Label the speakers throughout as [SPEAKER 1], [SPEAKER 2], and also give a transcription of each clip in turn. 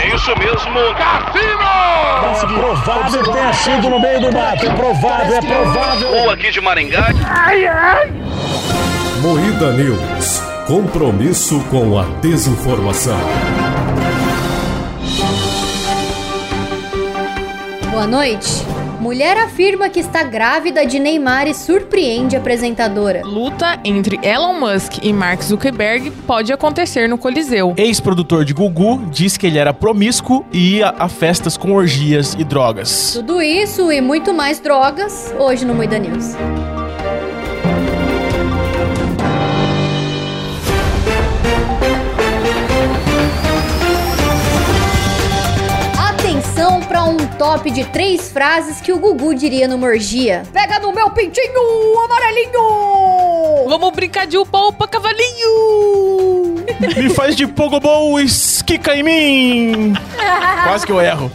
[SPEAKER 1] É isso mesmo, Cassino!
[SPEAKER 2] É provável que tenha sido no meio do mato. É provável, é provável.
[SPEAKER 1] Ou aqui de Maringá.
[SPEAKER 3] Moída News. Compromisso com a desinformação.
[SPEAKER 4] Boa noite. Mulher afirma que está grávida de Neymar e surpreende a apresentadora.
[SPEAKER 5] Luta entre Elon Musk e Mark Zuckerberg pode acontecer no Coliseu.
[SPEAKER 6] Ex-produtor de Gugu diz que ele era promíscuo e ia a festas com orgias e drogas.
[SPEAKER 4] Tudo isso e muito mais drogas hoje no Muida News. Atenção para um top de três frases que o Gugu diria numa orgia. Pega no meu pintinho amarelinho!
[SPEAKER 5] Vamos brincar de upa upa cavalinho!
[SPEAKER 6] Me faz de pogobol e esquica em mim. Quase que eu erro.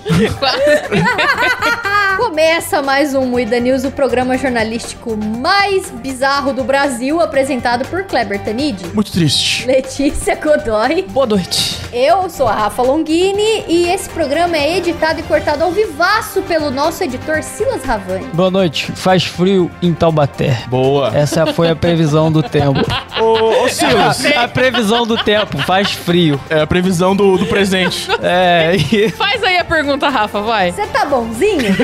[SPEAKER 4] Começa mais um Muida News, o programa jornalístico mais bizarro do Brasil, apresentado por Kleber Tanid,
[SPEAKER 6] Muito triste.
[SPEAKER 4] Letícia Godoy,
[SPEAKER 5] Boa noite.
[SPEAKER 4] eu sou a Rafa Longini e esse programa é editado e cortado ao vivaço pelo nosso editor Silas Ravani.
[SPEAKER 7] Boa noite. Faz frio em Taubaté.
[SPEAKER 6] Boa.
[SPEAKER 7] Essa foi a previsão do tempo.
[SPEAKER 6] Ô, ô Silas,
[SPEAKER 7] A previsão do tempo, faz frio.
[SPEAKER 6] é a previsão do, do presente.
[SPEAKER 7] É, e...
[SPEAKER 5] Faz aí a pergunta, Rafa, vai.
[SPEAKER 4] Você tá bonzinho?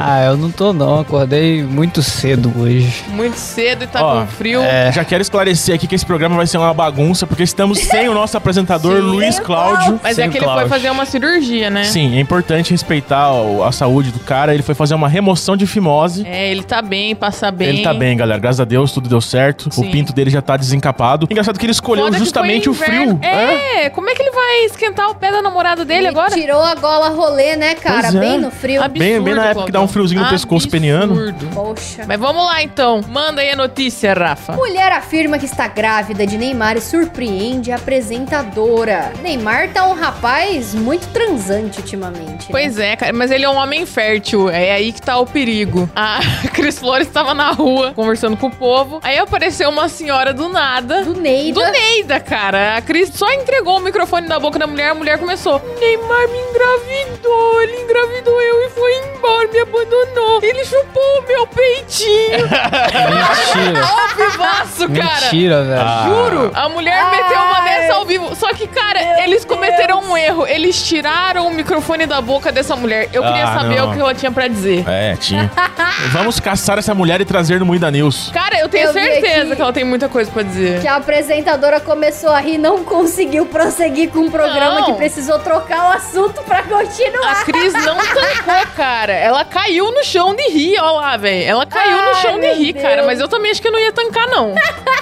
[SPEAKER 7] Ah, eu não tô não, acordei muito cedo hoje.
[SPEAKER 5] Muito cedo e tá
[SPEAKER 6] Ó, é,
[SPEAKER 5] com frio.
[SPEAKER 6] Já quero esclarecer aqui que esse programa vai ser uma bagunça, porque estamos sem o nosso apresentador
[SPEAKER 5] Sim.
[SPEAKER 6] Luiz Cláudio.
[SPEAKER 5] Mas
[SPEAKER 7] Sim,
[SPEAKER 5] é que ele foi
[SPEAKER 7] Cláudio.
[SPEAKER 5] fazer uma cirurgia, né?
[SPEAKER 6] Sim, é importante respeitar o- a saúde do cara. Ele foi fazer uma remoção de fimose.
[SPEAKER 5] É, ele tá bem, passa bem.
[SPEAKER 6] Ele tá bem, galera. Graças a Deus, tudo deu certo.
[SPEAKER 5] Sim.
[SPEAKER 6] O pinto dele já tá desencapado. Engraçado que ele escolheu
[SPEAKER 5] Foda que
[SPEAKER 6] justamente
[SPEAKER 5] foi
[SPEAKER 6] o frio.
[SPEAKER 5] inverno. É, como é que ele vai esquentar o pé da namorada dele
[SPEAKER 4] Ele
[SPEAKER 5] agora?
[SPEAKER 4] tirou a gola rolê, né, cara?
[SPEAKER 6] Pois é.
[SPEAKER 4] Bem no frio.
[SPEAKER 5] Absurdo,
[SPEAKER 6] Bem- bem na época que dá um
[SPEAKER 5] Claudão.
[SPEAKER 6] friozinho no pescoço
[SPEAKER 5] Absurdo.
[SPEAKER 6] peniano.
[SPEAKER 4] Poxa.
[SPEAKER 5] Mas vamos lá então. Manda aí a notícia, Rafa.
[SPEAKER 4] Mulher afirma que está grávida de Neymar e surpreende a apresentadora. Neymar tá um rapaz muito transante ultimamente. né?
[SPEAKER 5] Pois é, cara, mas ele é um homem fértil, é aí que tá o perigo. A Cris Flores estava na rua conversando com o povo, aí apareceu uma senhora do nada.
[SPEAKER 4] Do Neida.
[SPEAKER 5] Do Neida, cara. A Cris só entregou o microfone na boca da mulher, a mulher começou. Neymar me engravidou, ele engravidou eu e foi embora, me abandonou. Ele chupou o meu peitinho.
[SPEAKER 7] Mentira.
[SPEAKER 5] Ao vivaço, cara.
[SPEAKER 7] Mentira, velho.
[SPEAKER 2] Ah,
[SPEAKER 6] Ah.
[SPEAKER 5] Juro! A mulher
[SPEAKER 4] Ai.
[SPEAKER 5] meteu uma dessa ao vivo. Só que, cara, eles cometeram um erro. Eles tiraram o microfone da boca dessa mulher. Eu queria
[SPEAKER 6] Ah,
[SPEAKER 5] saber
[SPEAKER 6] não.
[SPEAKER 5] o que ela tinha pra dizer.
[SPEAKER 6] É, tinha. Vamos caçar essa mulher e trazer no Muita News.
[SPEAKER 5] Cara, eu tenho
[SPEAKER 4] Eu vi
[SPEAKER 5] certeza
[SPEAKER 4] aqui.
[SPEAKER 5] que ela tem muita coisa pra dizer.
[SPEAKER 4] Que a apresentadora começou a rir, não conseguiu prosseguir com o programa
[SPEAKER 5] Não.
[SPEAKER 4] que precisou trocar o assunto pra
[SPEAKER 5] A
[SPEAKER 4] continuar.
[SPEAKER 5] Cris não tancou, cara. Ela caiu no chão de rir, ó lá, velho. Ela caiu no
[SPEAKER 4] Ai,
[SPEAKER 5] chão de
[SPEAKER 4] meu
[SPEAKER 5] rir, cara.
[SPEAKER 4] Deus.
[SPEAKER 5] Mas eu também acho que eu não ia tancar, não.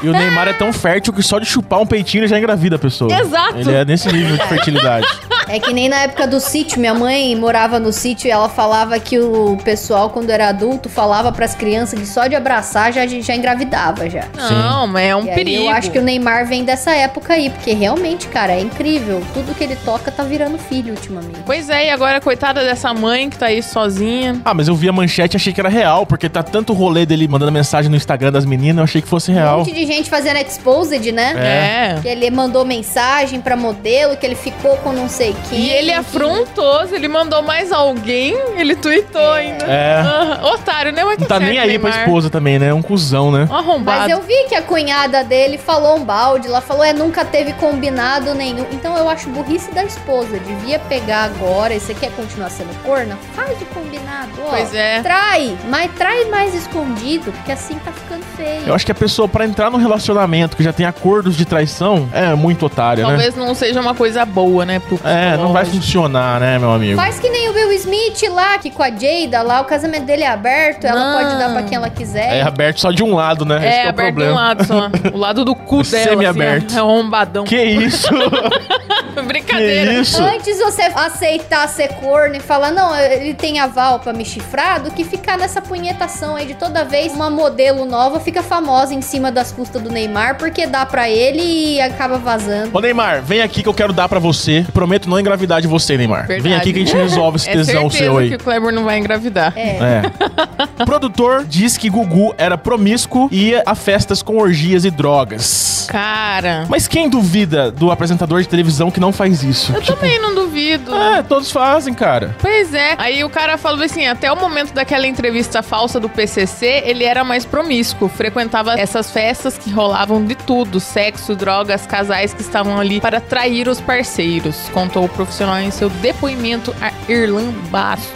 [SPEAKER 6] E o Neymar é tão fértil que só de chupar um peitinho ele já engravida a pessoa.
[SPEAKER 5] Exato.
[SPEAKER 6] Ele é nesse nível de fertilidade.
[SPEAKER 4] É que nem na época do sítio, minha mãe morava no sítio e ela falava que o pessoal, quando era adulto, falava pras crianças que só de abraçar já, já engravidava já.
[SPEAKER 5] Não, mas é um
[SPEAKER 4] E aí
[SPEAKER 5] perigo.
[SPEAKER 4] eu acho que o Neymar vem dessa época aí, porque realmente, cara, é incrível. Tudo que ele toca tá virando filho ultimamente.
[SPEAKER 5] Pois é, e agora, coitada dessa mãe que tá aí sozinha.
[SPEAKER 6] Ah, mas eu vi a manchete e achei que era real, porque tá tanto rolê dele mandando mensagem no Instagram das meninas, eu achei que fosse
[SPEAKER 4] Um
[SPEAKER 6] real.
[SPEAKER 4] monte de gente fazendo exposed, né?
[SPEAKER 5] É.
[SPEAKER 4] Que ele mandou mensagem pra modelo, que ele ficou com não sei quem.
[SPEAKER 5] E ele é
[SPEAKER 4] que-
[SPEAKER 5] afrontoso, ele mandou mais alguém, ele tweetou ainda.
[SPEAKER 6] É.
[SPEAKER 5] Aham. Otário, né? Mas
[SPEAKER 6] Não tá
[SPEAKER 5] certo,
[SPEAKER 6] nem aí pra
[SPEAKER 5] Neymar.
[SPEAKER 6] esposa também, né? É um cuzão, né?
[SPEAKER 5] Um arrombado.
[SPEAKER 4] Mas eu vi que a cunhada dele falou um balde, ela falou, é, nunca teve combinado nenhum. Então eu acho burrice da esposa, devia pegar agora, e você quer continuar sendo corna? Faz o combinado, ó.
[SPEAKER 5] Pois é.
[SPEAKER 4] Trai, mas trai mais escondido, porque assim tá ficando feio.
[SPEAKER 6] Eu acho que a pessoa, pra entrar num relacionamento que já tem acordos de traição, é muito otária, né?
[SPEAKER 5] Talvez não seja uma coisa boa, né? Pro
[SPEAKER 6] É, não vai
[SPEAKER 5] psicológico.
[SPEAKER 6] funcionar, né, meu amigo?
[SPEAKER 4] Faz que nem o Will Smith lá, que com a Jada lá, o casamento dele é aberto, ela
[SPEAKER 5] Não.
[SPEAKER 4] pode dar pra quem ela quiser.
[SPEAKER 6] É aberto só de um lado, né? Esse
[SPEAKER 5] É,
[SPEAKER 6] que é o
[SPEAKER 5] aberto
[SPEAKER 6] problema.
[SPEAKER 5] um lado só. O lado do cu dela.
[SPEAKER 6] Semi-aberto.
[SPEAKER 5] Assim, ó, é arrombadão.
[SPEAKER 6] Que isso? que
[SPEAKER 5] Brincadeira.
[SPEAKER 6] isso?
[SPEAKER 4] Antes você aceitar ser corno e falar, não, ele tem aval pra me chifrar, do que ficar nessa punhetação aí de toda vez uma modelo nova fica famosa em cima das custas do Neymar, porque dá pra ele e acaba vazando.
[SPEAKER 6] Ô, Neymar, vem aqui que eu quero dar pra você. Prometo não engravidar de você, Neymar.
[SPEAKER 5] Verdade.
[SPEAKER 6] Vem aqui que a gente resolve esse
[SPEAKER 5] É
[SPEAKER 6] tesão
[SPEAKER 5] certeza
[SPEAKER 6] seu aí.
[SPEAKER 5] que o Kleber não vai engravidar.
[SPEAKER 4] É.
[SPEAKER 6] É. Produtor diz que Gugu era promíscuo e ia a festas com orgias e drogas.
[SPEAKER 5] Cara.
[SPEAKER 6] Mas quem duvida do apresentador de televisão que não faz faz isso.
[SPEAKER 5] Eu
[SPEAKER 6] Tipo,
[SPEAKER 5] também não duvido.
[SPEAKER 6] É, todos fazem, cara.
[SPEAKER 5] Pois é. Aí o cara falou assim, até o momento daquela entrevista falsa do PCC, ele era mais promíscuo, frequentava essas festas que rolavam de tudo, sexo, drogas, casais que estavam ali para trair os parceiros, contou o profissional em seu depoimento a Irlan Bastos.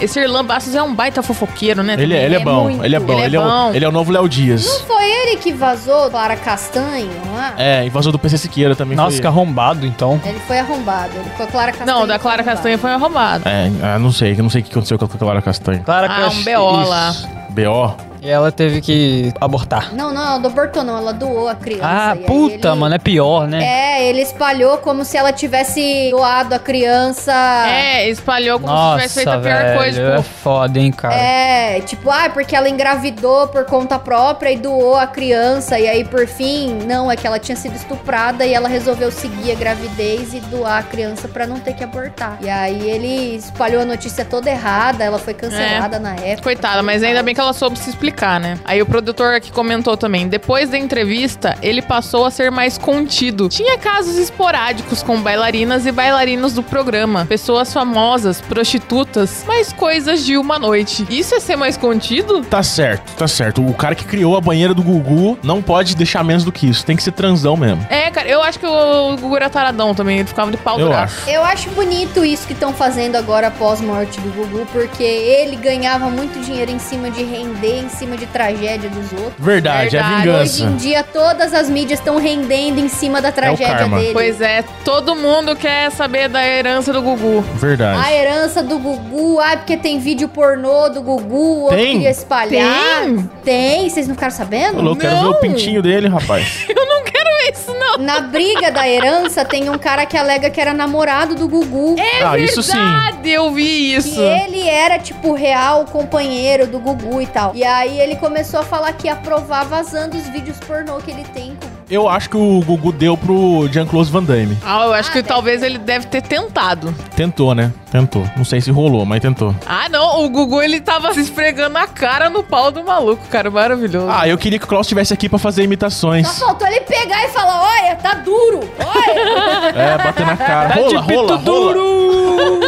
[SPEAKER 5] Esse Irlan Bastos é um baita fofoqueiro, né?
[SPEAKER 6] Ele é, ele é
[SPEAKER 4] é
[SPEAKER 6] bom,
[SPEAKER 4] muito.
[SPEAKER 6] ele é bom,
[SPEAKER 5] Ele é
[SPEAKER 6] ele é o-
[SPEAKER 5] bom.
[SPEAKER 6] ele é o novo Léo
[SPEAKER 4] Não
[SPEAKER 6] Dias.
[SPEAKER 4] foi ele que vazou para Castanho lá?
[SPEAKER 6] É, invasor do PC Siqueira também
[SPEAKER 7] Nossa,
[SPEAKER 6] foi.
[SPEAKER 7] que arrombado, então.
[SPEAKER 4] Ele foi arrombado. Ele foi Clara Castanho.
[SPEAKER 5] Não, da Clara
[SPEAKER 4] arrombado.
[SPEAKER 5] Castanha foi roubada.
[SPEAKER 6] É, ah, não sei, eu não sei o que aconteceu com a Clara Castanho.
[SPEAKER 7] Clara
[SPEAKER 5] Ah,
[SPEAKER 7] Cast-
[SPEAKER 5] um BO lá.
[SPEAKER 7] Isso.
[SPEAKER 6] B.O.
[SPEAKER 7] E ela teve que abortar.
[SPEAKER 4] Não, não, ela não abortou, não. Ela doou a criança.
[SPEAKER 7] Ah,
[SPEAKER 4] E aí
[SPEAKER 7] puta,
[SPEAKER 4] ele-
[SPEAKER 7] mano, é pior, né?
[SPEAKER 4] É, ele espalhou como se ela tivesse doado a criança.
[SPEAKER 6] Ah.
[SPEAKER 5] É, espalhou como se
[SPEAKER 7] Nossa,
[SPEAKER 5] tivesse feito a pior
[SPEAKER 7] velho,
[SPEAKER 5] coisa.
[SPEAKER 7] é
[SPEAKER 5] Tipo,
[SPEAKER 7] foda, hein, cara.
[SPEAKER 4] É, tipo, ah, porque ela engravidou por conta própria e doou a criança. E aí, por fim, não, é que ela tinha sido estuprada e ela resolveu seguir a gravidez e doar a criança pra não ter que abortar. E aí ele espalhou a notícia toda errada, ela foi cancelada na época.
[SPEAKER 5] É, Coitada, mas ainda bem que ela soube se explicar, né? Aí o produtor aqui comentou também. Depois da entrevista, ele passou a ser mais contido. Tinha casos esporádicos com bailarinas e bailarinos do programa, pessoas famosas, prostitutas, mas coisas de uma noite. Isso é ser mais contido?
[SPEAKER 6] Tá certo, tá certo. O cara que criou a banheira do Gugu não pode deixar menos do que isso. Tem que ser transão mesmo.
[SPEAKER 5] É, cara, eu acho que o Gugu era taradão também, ele ficava de pau
[SPEAKER 6] eu
[SPEAKER 5] durado.
[SPEAKER 6] acho.
[SPEAKER 4] Eu acho bonito isso que estão fazendo agora após morte do Gugu, porque ele ganhava muito dinheiro em cima de render, em cima de tragédia dos outros.
[SPEAKER 6] Verdade, é
[SPEAKER 5] Verdade.
[SPEAKER 4] Hoje em
[SPEAKER 6] vingança.
[SPEAKER 4] dia, todas as mídias estão rendendo em cima da tragédia
[SPEAKER 6] karma.
[SPEAKER 4] dele.
[SPEAKER 5] É Pois é, todo mundo quer saber da herança do Gugu.
[SPEAKER 4] A
[SPEAKER 6] Verdade.
[SPEAKER 4] herança do Gugu, ah, porque tem vídeo pornô do Gugu, outro
[SPEAKER 6] Tem?
[SPEAKER 4] queria espalhar. Tem? Vocês não ficaram
[SPEAKER 6] Ô,
[SPEAKER 4] sabendo?
[SPEAKER 6] louco, quero ver o
[SPEAKER 5] Não.
[SPEAKER 6] pintinho dele, rapaz.
[SPEAKER 5] Eu não quero ver isso, não.
[SPEAKER 4] Na briga da herança, tem um cara que alega que era namorado do Gugu. É.
[SPEAKER 6] ah, isso sim.
[SPEAKER 5] Verdade, eu vi
[SPEAKER 4] E
[SPEAKER 5] isso.
[SPEAKER 4] ele era, tipo, real companheiro do Gugu e tal. E aí ele começou a falar que ia provar vazando os vídeos pornô que ele tem. com-
[SPEAKER 6] Eu acho que o Gugu deu pro Jean-Claude Van Damme.
[SPEAKER 5] Ah, eu acho
[SPEAKER 4] Ah,
[SPEAKER 5] que
[SPEAKER 4] deve
[SPEAKER 5] talvez ele deve ter tentado.
[SPEAKER 6] Tentou, né? Tentou. Não sei se rolou, mas tentou.
[SPEAKER 5] Ah, não, o Gugu ele tava se esfregando a cara no pau do maluco, cara, maravilhoso.
[SPEAKER 6] Ah, eu queria que o Klaus estivesse aqui pra fazer imitações.
[SPEAKER 4] Só faltou ele pegar e falar, olha, tá duro, olha.
[SPEAKER 6] É, bater na cara.
[SPEAKER 7] Tá de
[SPEAKER 6] Rola, rola,
[SPEAKER 7] pito
[SPEAKER 6] rola.
[SPEAKER 7] duro!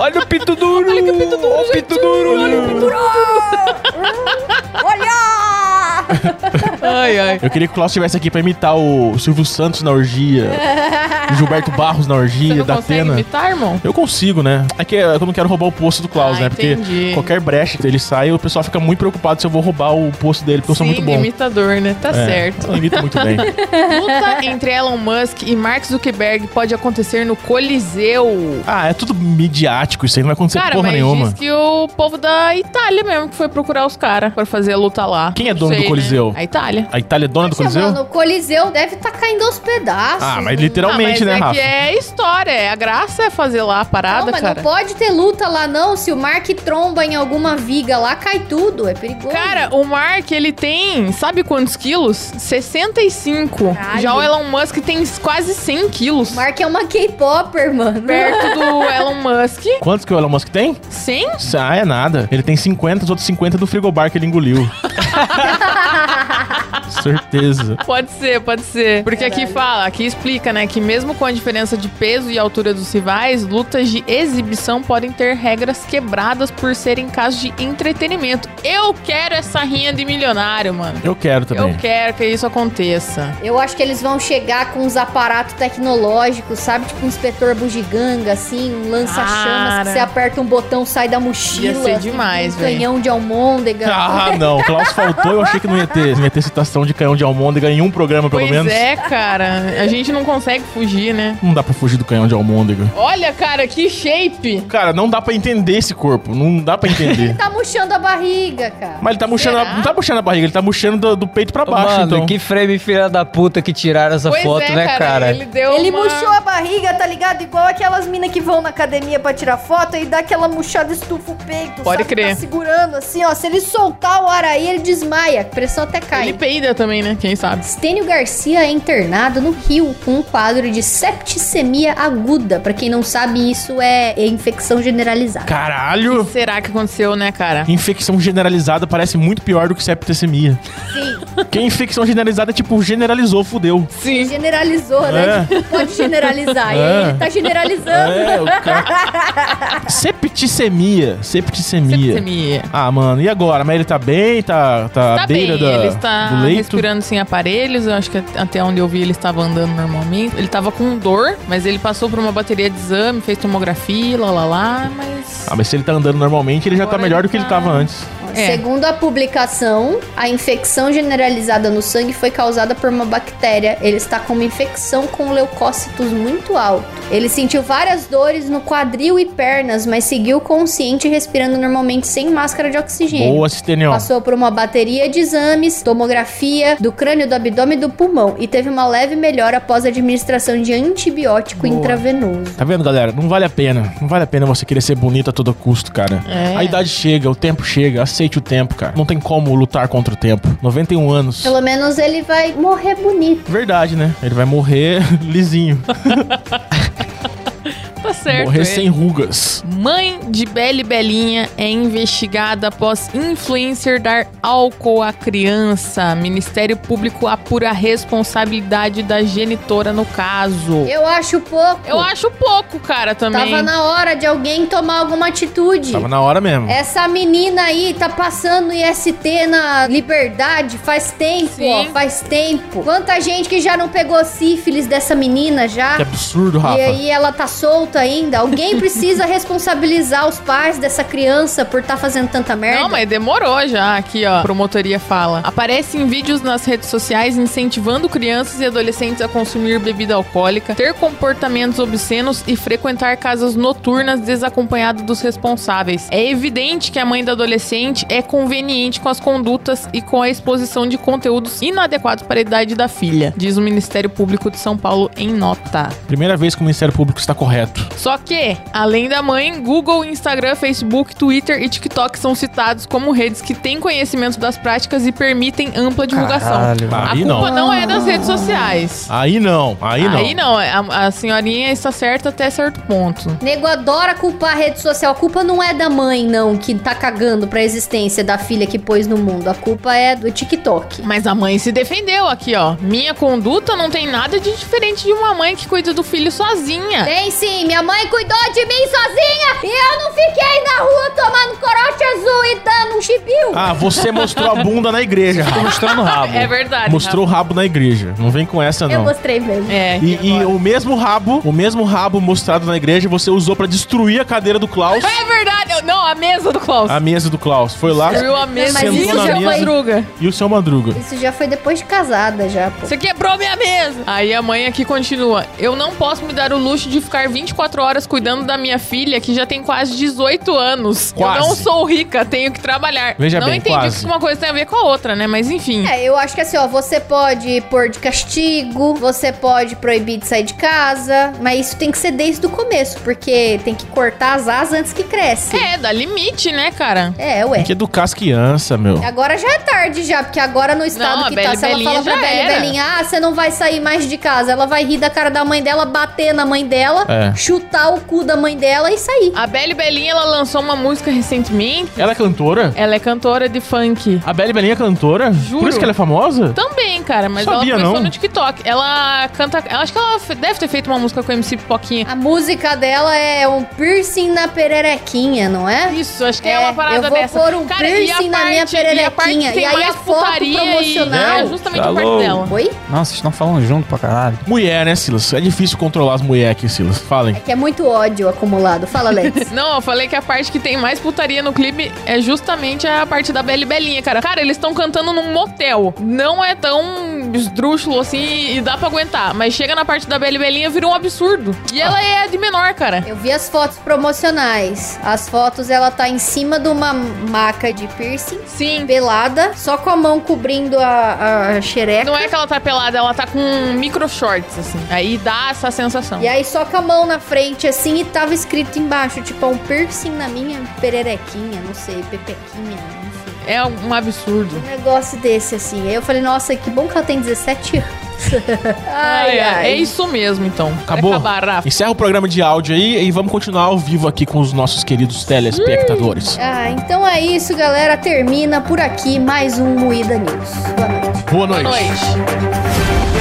[SPEAKER 7] Olha o pito duro! Olha o pito duro! Olha o pito duro!
[SPEAKER 4] olha!
[SPEAKER 5] Ai, ai.
[SPEAKER 6] Eu queria que o Klaus estivesse aqui pra imitar o Silvio Santos na orgia, o Gilberto Barros na
[SPEAKER 5] Você
[SPEAKER 6] orgia,
[SPEAKER 5] não
[SPEAKER 6] da
[SPEAKER 5] consegue
[SPEAKER 6] Atena.
[SPEAKER 5] imitar, irmão?
[SPEAKER 6] Eu consigo, né? É que eu não quero roubar o posto do Klaus,
[SPEAKER 5] Ah,
[SPEAKER 6] né? Porque
[SPEAKER 5] entendi.
[SPEAKER 6] qualquer brecha que ele sai, o pessoal fica muito preocupado se eu vou roubar o posto dele, porque eu sou
[SPEAKER 5] Sim,
[SPEAKER 6] muito bom.
[SPEAKER 5] imitador, né? Tá
[SPEAKER 6] É,
[SPEAKER 5] certo.
[SPEAKER 6] Eu imito muito bem.
[SPEAKER 5] Luta entre Elon Musk e Mark Zuckerberg pode acontecer no Coliseu.
[SPEAKER 6] Ah, é tudo midiático isso aí, não vai acontecer
[SPEAKER 5] Cara,
[SPEAKER 6] porra
[SPEAKER 5] mas
[SPEAKER 6] nenhuma.
[SPEAKER 5] diz que o povo da Itália mesmo que foi procurar os caras pra fazer a luta lá.
[SPEAKER 6] Quem é
[SPEAKER 5] Não
[SPEAKER 6] dono do
[SPEAKER 5] sei, né?
[SPEAKER 6] Coliseu?
[SPEAKER 5] A Itália.
[SPEAKER 6] A Itália é dona do Coliseu?
[SPEAKER 4] Mano, o Coliseu deve tá caindo aos pedaços.
[SPEAKER 6] Ah, mas
[SPEAKER 4] não-
[SPEAKER 6] literalmente,
[SPEAKER 5] ah, mas
[SPEAKER 6] né,
[SPEAKER 5] é
[SPEAKER 6] Rafa?
[SPEAKER 5] que é história, é- a graça é fazer lá a parada,
[SPEAKER 4] não, mas
[SPEAKER 5] cara.
[SPEAKER 4] não pode ter luta lá, não. Se o Mark tromba em alguma viga lá, cai tudo. É perigoso.
[SPEAKER 5] Cara, o Mark, ele tem, sabe quantos quilos? 65.
[SPEAKER 4] Caralho.
[SPEAKER 5] Já o Elon Musk tem quase 100 quilos.
[SPEAKER 4] o Mark é uma K-Popper, mano.
[SPEAKER 5] Perto do Elon Musk.
[SPEAKER 6] Quantos que o Elon Musk tem?
[SPEAKER 5] 100?
[SPEAKER 6] Ah, é nada. Ele tem 50, os outros 50 do frigobar que ele engoliu. Certeza.
[SPEAKER 5] Pode ser, pode ser. Porque aqui fala, aqui explica, né, que mesmo com a diferença de peso e altura dos rivais, lutas de exibição podem ter regras quebradas por serem casos de entretenimento. Eu quero essa rinha de milionário, mano.
[SPEAKER 6] Eu quero também.
[SPEAKER 5] Eu quero que isso aconteça.
[SPEAKER 4] Eu acho que eles vão chegar com uns aparatos tecnológicos, sabe? Tipo um inspetor bugiganga, assim, um lança-chamas
[SPEAKER 5] Cara.
[SPEAKER 4] que você aperta um botão, sai da mochila.
[SPEAKER 5] Ia ser demais,
[SPEAKER 4] um
[SPEAKER 5] velho.
[SPEAKER 4] canhão de almôndega.
[SPEAKER 6] Ah, não. O Klaus faltou, eu achei que não ia ter, não ia ter citação de canhão de almôndega em um programa, pelo
[SPEAKER 5] pois
[SPEAKER 6] menos.
[SPEAKER 5] é, cara. A gente não consegue fugir, né?
[SPEAKER 6] Não dá pra fugir do canhão de almôndega.
[SPEAKER 5] Olha, cara, que shape!
[SPEAKER 6] Cara, não dá pra entender esse corpo. Não dá pra entender.
[SPEAKER 4] Ele tá murchando a barriga, cara.
[SPEAKER 6] Mas ele tá murchando, a-
[SPEAKER 5] Será?
[SPEAKER 6] não tá murchando a barriga, ele tá murchando do, do peito pra baixo,
[SPEAKER 7] Mano,
[SPEAKER 6] então.
[SPEAKER 7] que frame filha da puta que tiraram essa
[SPEAKER 5] pois
[SPEAKER 7] foto,
[SPEAKER 5] é,
[SPEAKER 7] né, cara?
[SPEAKER 5] Ele deu
[SPEAKER 4] Ele
[SPEAKER 5] uma...
[SPEAKER 4] murchou a barriga, tá ligado? Igual aquelas minas que vão na academia pra tirar foto e dá aquela murchada, estufa o peito.
[SPEAKER 5] Pode
[SPEAKER 4] sabe?
[SPEAKER 5] crer.
[SPEAKER 4] Tá segurando assim, ó. Se ele soltar o ar aí, ele desmaia. A pressão até cai.
[SPEAKER 5] Ele peida também, né? Quem sabe?
[SPEAKER 4] Stênio Garcia é internado no Rio com um quadro de septicemia aguda. Pra quem não sabe, isso é é infecção generalizada.
[SPEAKER 5] O
[SPEAKER 6] Caralho!
[SPEAKER 5] que será que aconteceu, né, cara?
[SPEAKER 6] Infecção generalizada parece muito pior do que septicemia.
[SPEAKER 4] Sim,
[SPEAKER 6] Porque infecção generalizada é tipo, generalizou, fudeu.
[SPEAKER 5] Sim.
[SPEAKER 4] generalizou, né? Tipo, Pode generalizar. E aí ele tá generalizando.
[SPEAKER 6] É, o cara. septicemia. Septicemia.
[SPEAKER 5] Septicemia.
[SPEAKER 6] Ah, mano, e agora? Mas ele tá bem? Tá, tá, à
[SPEAKER 5] Tá bem,
[SPEAKER 6] beira da,
[SPEAKER 5] ele está
[SPEAKER 6] do leito?
[SPEAKER 5] respirando sem aparelhos, eu acho que até onde eu vi ele estava andando normalmente. Ele estava com dor, mas ele passou por uma bateria de exame, fez tomografia, lá lá lá, mas...
[SPEAKER 6] Ah, mas se ele tá andando normalmente, ele já tá
[SPEAKER 5] Agora
[SPEAKER 6] melhor
[SPEAKER 5] ele
[SPEAKER 6] do que ele
[SPEAKER 5] tá-
[SPEAKER 6] tava antes.
[SPEAKER 5] É.
[SPEAKER 4] Segundo a publicação, a infecção generalizada no sangue foi causada por uma bactéria. Ele está com uma infecção com leucócitos muito alto. Ele sentiu várias dores no quadril e pernas, mas seguiu consciente e respirando normalmente sem máscara de oxigênio.
[SPEAKER 6] Boa, Citenion.
[SPEAKER 4] Passou por uma bateria de exames, tomografia do crânio, do abdômen e do pulmão e teve uma leve melhora após a administração de antibiótico intravenoso.
[SPEAKER 6] Tá vendo, galera? Não vale a pena. Não vale a pena você querer ser bonito a todo custo, cara.
[SPEAKER 5] É.
[SPEAKER 6] A idade chega, o tempo chega, aceite o tempo, cara. Não tem como lutar contra o tempo. 91 anos.
[SPEAKER 4] Pelo menos ele vai morrer bonito.
[SPEAKER 6] Verdade, né? Ele vai morrer lisinho.
[SPEAKER 5] Tá certo.
[SPEAKER 6] morrer
[SPEAKER 5] ele.
[SPEAKER 6] sem rugas.
[SPEAKER 5] Mãe de Beli Belinha é investigada após influencer dar álcool à criança. Ministério Público apura a responsabilidade da genitora no caso.
[SPEAKER 4] Eu acho pouco.
[SPEAKER 5] Eu acho pouco, cara, também.
[SPEAKER 4] Tava na hora de alguém tomar alguma atitude.
[SPEAKER 6] Tava na hora mesmo.
[SPEAKER 5] É.
[SPEAKER 4] Essa menina aí tá passando IST na liberdade faz tempo,
[SPEAKER 5] Sim.
[SPEAKER 4] ó, faz tempo. Quanta gente que já não pegou sífilis dessa menina já.
[SPEAKER 6] Que absurdo, Rafa.
[SPEAKER 4] E aí ela tá solta ainda. Alguém precisa responsabilizar os pais dessa criança por tá fazendo tanta merda.
[SPEAKER 5] Não, mas demorou já. Aqui, ó. Promotoria fala. Aparece em vídeos nas redes sociais incentivando crianças e adolescentes a consumir bebida alcoólica, ter comportamentos obscenos e frequentar casas noturnas desacompanhado dos responsáveis. É evidente que a mãe da adolescente é conveniente com as condutas e com a exposição de conteúdos inadequados para a idade da filha, diz o Ministério Público de São Paulo em nota.
[SPEAKER 6] Primeira vez que o Ministério Público está correto.
[SPEAKER 5] Só que, além da mãe, Google, Instagram, Facebook, Twitter e TikTok são citados como redes que têm conhecimento das práticas e permitem ampla divulgação.
[SPEAKER 7] Caralho,
[SPEAKER 5] A
[SPEAKER 6] Aí
[SPEAKER 5] culpa
[SPEAKER 6] não.
[SPEAKER 5] não. é das redes sociais.
[SPEAKER 6] Aí não. Aí não.
[SPEAKER 5] Aí não, a, a senhorinha está certa até certo ponto.
[SPEAKER 4] Nego adora culpar a rede social. A culpa não é da mãe, não, que tá cagando pra existência da filha que pôs no mundo. A culpa é do TikTok.
[SPEAKER 5] Mas a mãe se defendeu aqui, ó. Minha conduta não tem nada de diferente de uma mãe que cuida do filho sozinha.
[SPEAKER 4] Tem sim, minha mãe cuidou de mim sozinha e eu não fiquei na rua tomando corote azul e dando um chibio.
[SPEAKER 6] Ah, você mostrou a bunda na igreja, Rafa.
[SPEAKER 7] mostrando o rabo.
[SPEAKER 5] É verdade.
[SPEAKER 6] Mostrou o rabo na igreja. Não vem com essa,
[SPEAKER 4] eu
[SPEAKER 6] não.
[SPEAKER 4] mostrei mesmo.
[SPEAKER 5] É.
[SPEAKER 6] E, e
[SPEAKER 5] agora?
[SPEAKER 6] o mesmo rabo, o mesmo rabo mostrado na igreja, você usou pra destruir a cadeira do Klaus,
[SPEAKER 5] É verdade. eu- Não, a mesa do Klaus.
[SPEAKER 6] a mesa do Klaus. Foi lá
[SPEAKER 5] Destruiu a mesa. é
[SPEAKER 4] Mas
[SPEAKER 6] isso
[SPEAKER 5] Sentou na
[SPEAKER 6] já
[SPEAKER 5] mesa.
[SPEAKER 6] foi-
[SPEAKER 5] Madruga.
[SPEAKER 6] e o seu Madruga.
[SPEAKER 4] Isso já foi depois de casada, já, pô.
[SPEAKER 5] Você quebrou é minha mesa! Aí a mãe aqui continua. Eu não posso me dar o luxo de ficar 24 horas cuidando da minha filha, que já tem quase 18 anos.
[SPEAKER 6] Quase.
[SPEAKER 5] Eu não sou rica, tenho que trabalhar.
[SPEAKER 6] Veja
[SPEAKER 5] não
[SPEAKER 6] bem,
[SPEAKER 5] entendi
[SPEAKER 6] quase.
[SPEAKER 5] que uma coisa tem a ver com a outra, né? Mas enfim.
[SPEAKER 4] É, eu acho que assim, ó, você pode pôr de castigo, você pode proibir de sair de casa, mas isso tem que ser desde o começo, porque tem que cortar as asas antes que cresce.
[SPEAKER 5] É, dá limite, né, cara?
[SPEAKER 4] É,
[SPEAKER 6] Tem
[SPEAKER 4] ué.
[SPEAKER 6] que educar as crianças, meu.
[SPEAKER 4] Agora já é tarde já, porque agora no estado
[SPEAKER 5] Não, a
[SPEAKER 4] que
[SPEAKER 5] Bela
[SPEAKER 4] tá,
[SPEAKER 5] e
[SPEAKER 4] se ela
[SPEAKER 5] Belinha
[SPEAKER 4] fala pra
[SPEAKER 5] já
[SPEAKER 4] Bela e
[SPEAKER 5] era.
[SPEAKER 4] Belinha, ah, você não vai sair mais de casa, ela vai rir da cara da mãe dela, bater na mãe dela,
[SPEAKER 6] É.
[SPEAKER 4] chutar o cu da mãe dela e sair.
[SPEAKER 5] A Belle Belinha, ela lançou uma música recentemente.
[SPEAKER 6] Ela é cantora?
[SPEAKER 5] Ela é cantora de funk.
[SPEAKER 6] A Belle Belinha é cantora?
[SPEAKER 5] Juro.
[SPEAKER 6] Por isso que ela é famosa?
[SPEAKER 5] Também, cara, mas
[SPEAKER 6] Sabia,
[SPEAKER 5] ela começou
[SPEAKER 6] não.
[SPEAKER 5] no TikTok. Ela canta. Eu acho que ela fe- deve ter feito uma música com o MC Pipoquinha.
[SPEAKER 4] A música dela é um piercing na pererequinha, não é?
[SPEAKER 5] Isso, acho que é,
[SPEAKER 4] É,
[SPEAKER 5] uma parada
[SPEAKER 4] eu vou
[SPEAKER 5] dessa.
[SPEAKER 4] pôr um
[SPEAKER 5] e a
[SPEAKER 4] piercing na minha
[SPEAKER 5] parte- e a parte que
[SPEAKER 4] pererequinha,
[SPEAKER 5] tem
[SPEAKER 4] e aí
[SPEAKER 5] mais
[SPEAKER 4] a foto
[SPEAKER 5] putaria e-
[SPEAKER 4] promocional.
[SPEAKER 5] É, justamente a parte
[SPEAKER 6] Falou.
[SPEAKER 5] dela.
[SPEAKER 4] Oi?
[SPEAKER 7] Nossa, vocês estão falando junto pra caralho.
[SPEAKER 6] Mulher, né, Silas? É difícil controlar as mulheres aqui, Silas. Falem.
[SPEAKER 4] É que é muito ódio acumulado. Fala, Lex.
[SPEAKER 5] Não, eu falei que a parte que tem mais putaria no clipe é justamente a parte da Belle Belinha, cara. Cara, eles estão cantando num motel. Não é tão esdrúxulo assim e dá pra aguentar. Mas chega na parte da Belle Belinha, vira um absurdo. E ela é de menor, cara.
[SPEAKER 4] Eu vi as fotos promocionais. As fotos, ela tá em cima de uma maca de piercing,
[SPEAKER 5] Sim.
[SPEAKER 4] pelada, só com a mão cobrindo a, a xereca.
[SPEAKER 5] Não é que ela tá pelada, ela tá com micro shorts, assim. Aí dá essa sensação.
[SPEAKER 4] E aí só com a mão na frente, assim, e tava escrito embaixo, tipo, um piercing na minha pererequinha, não sei, pepequinha, enfim.
[SPEAKER 5] É um absurdo.
[SPEAKER 4] Um negócio desse, assim. Aí eu falei, nossa, que bom que ela tem 17 anos. ai, ai.
[SPEAKER 5] É isso mesmo, então.
[SPEAKER 6] Acabou?
[SPEAKER 5] Acabará.
[SPEAKER 6] Encerra o programa de áudio aí e vamos continuar ao vivo aqui com os nossos queridos telespectadores.
[SPEAKER 4] Ah, então é isso, galera. Termina por aqui mais um Moída News. Boa noite.
[SPEAKER 6] Boa
[SPEAKER 5] Boa
[SPEAKER 6] noite.
[SPEAKER 5] noite.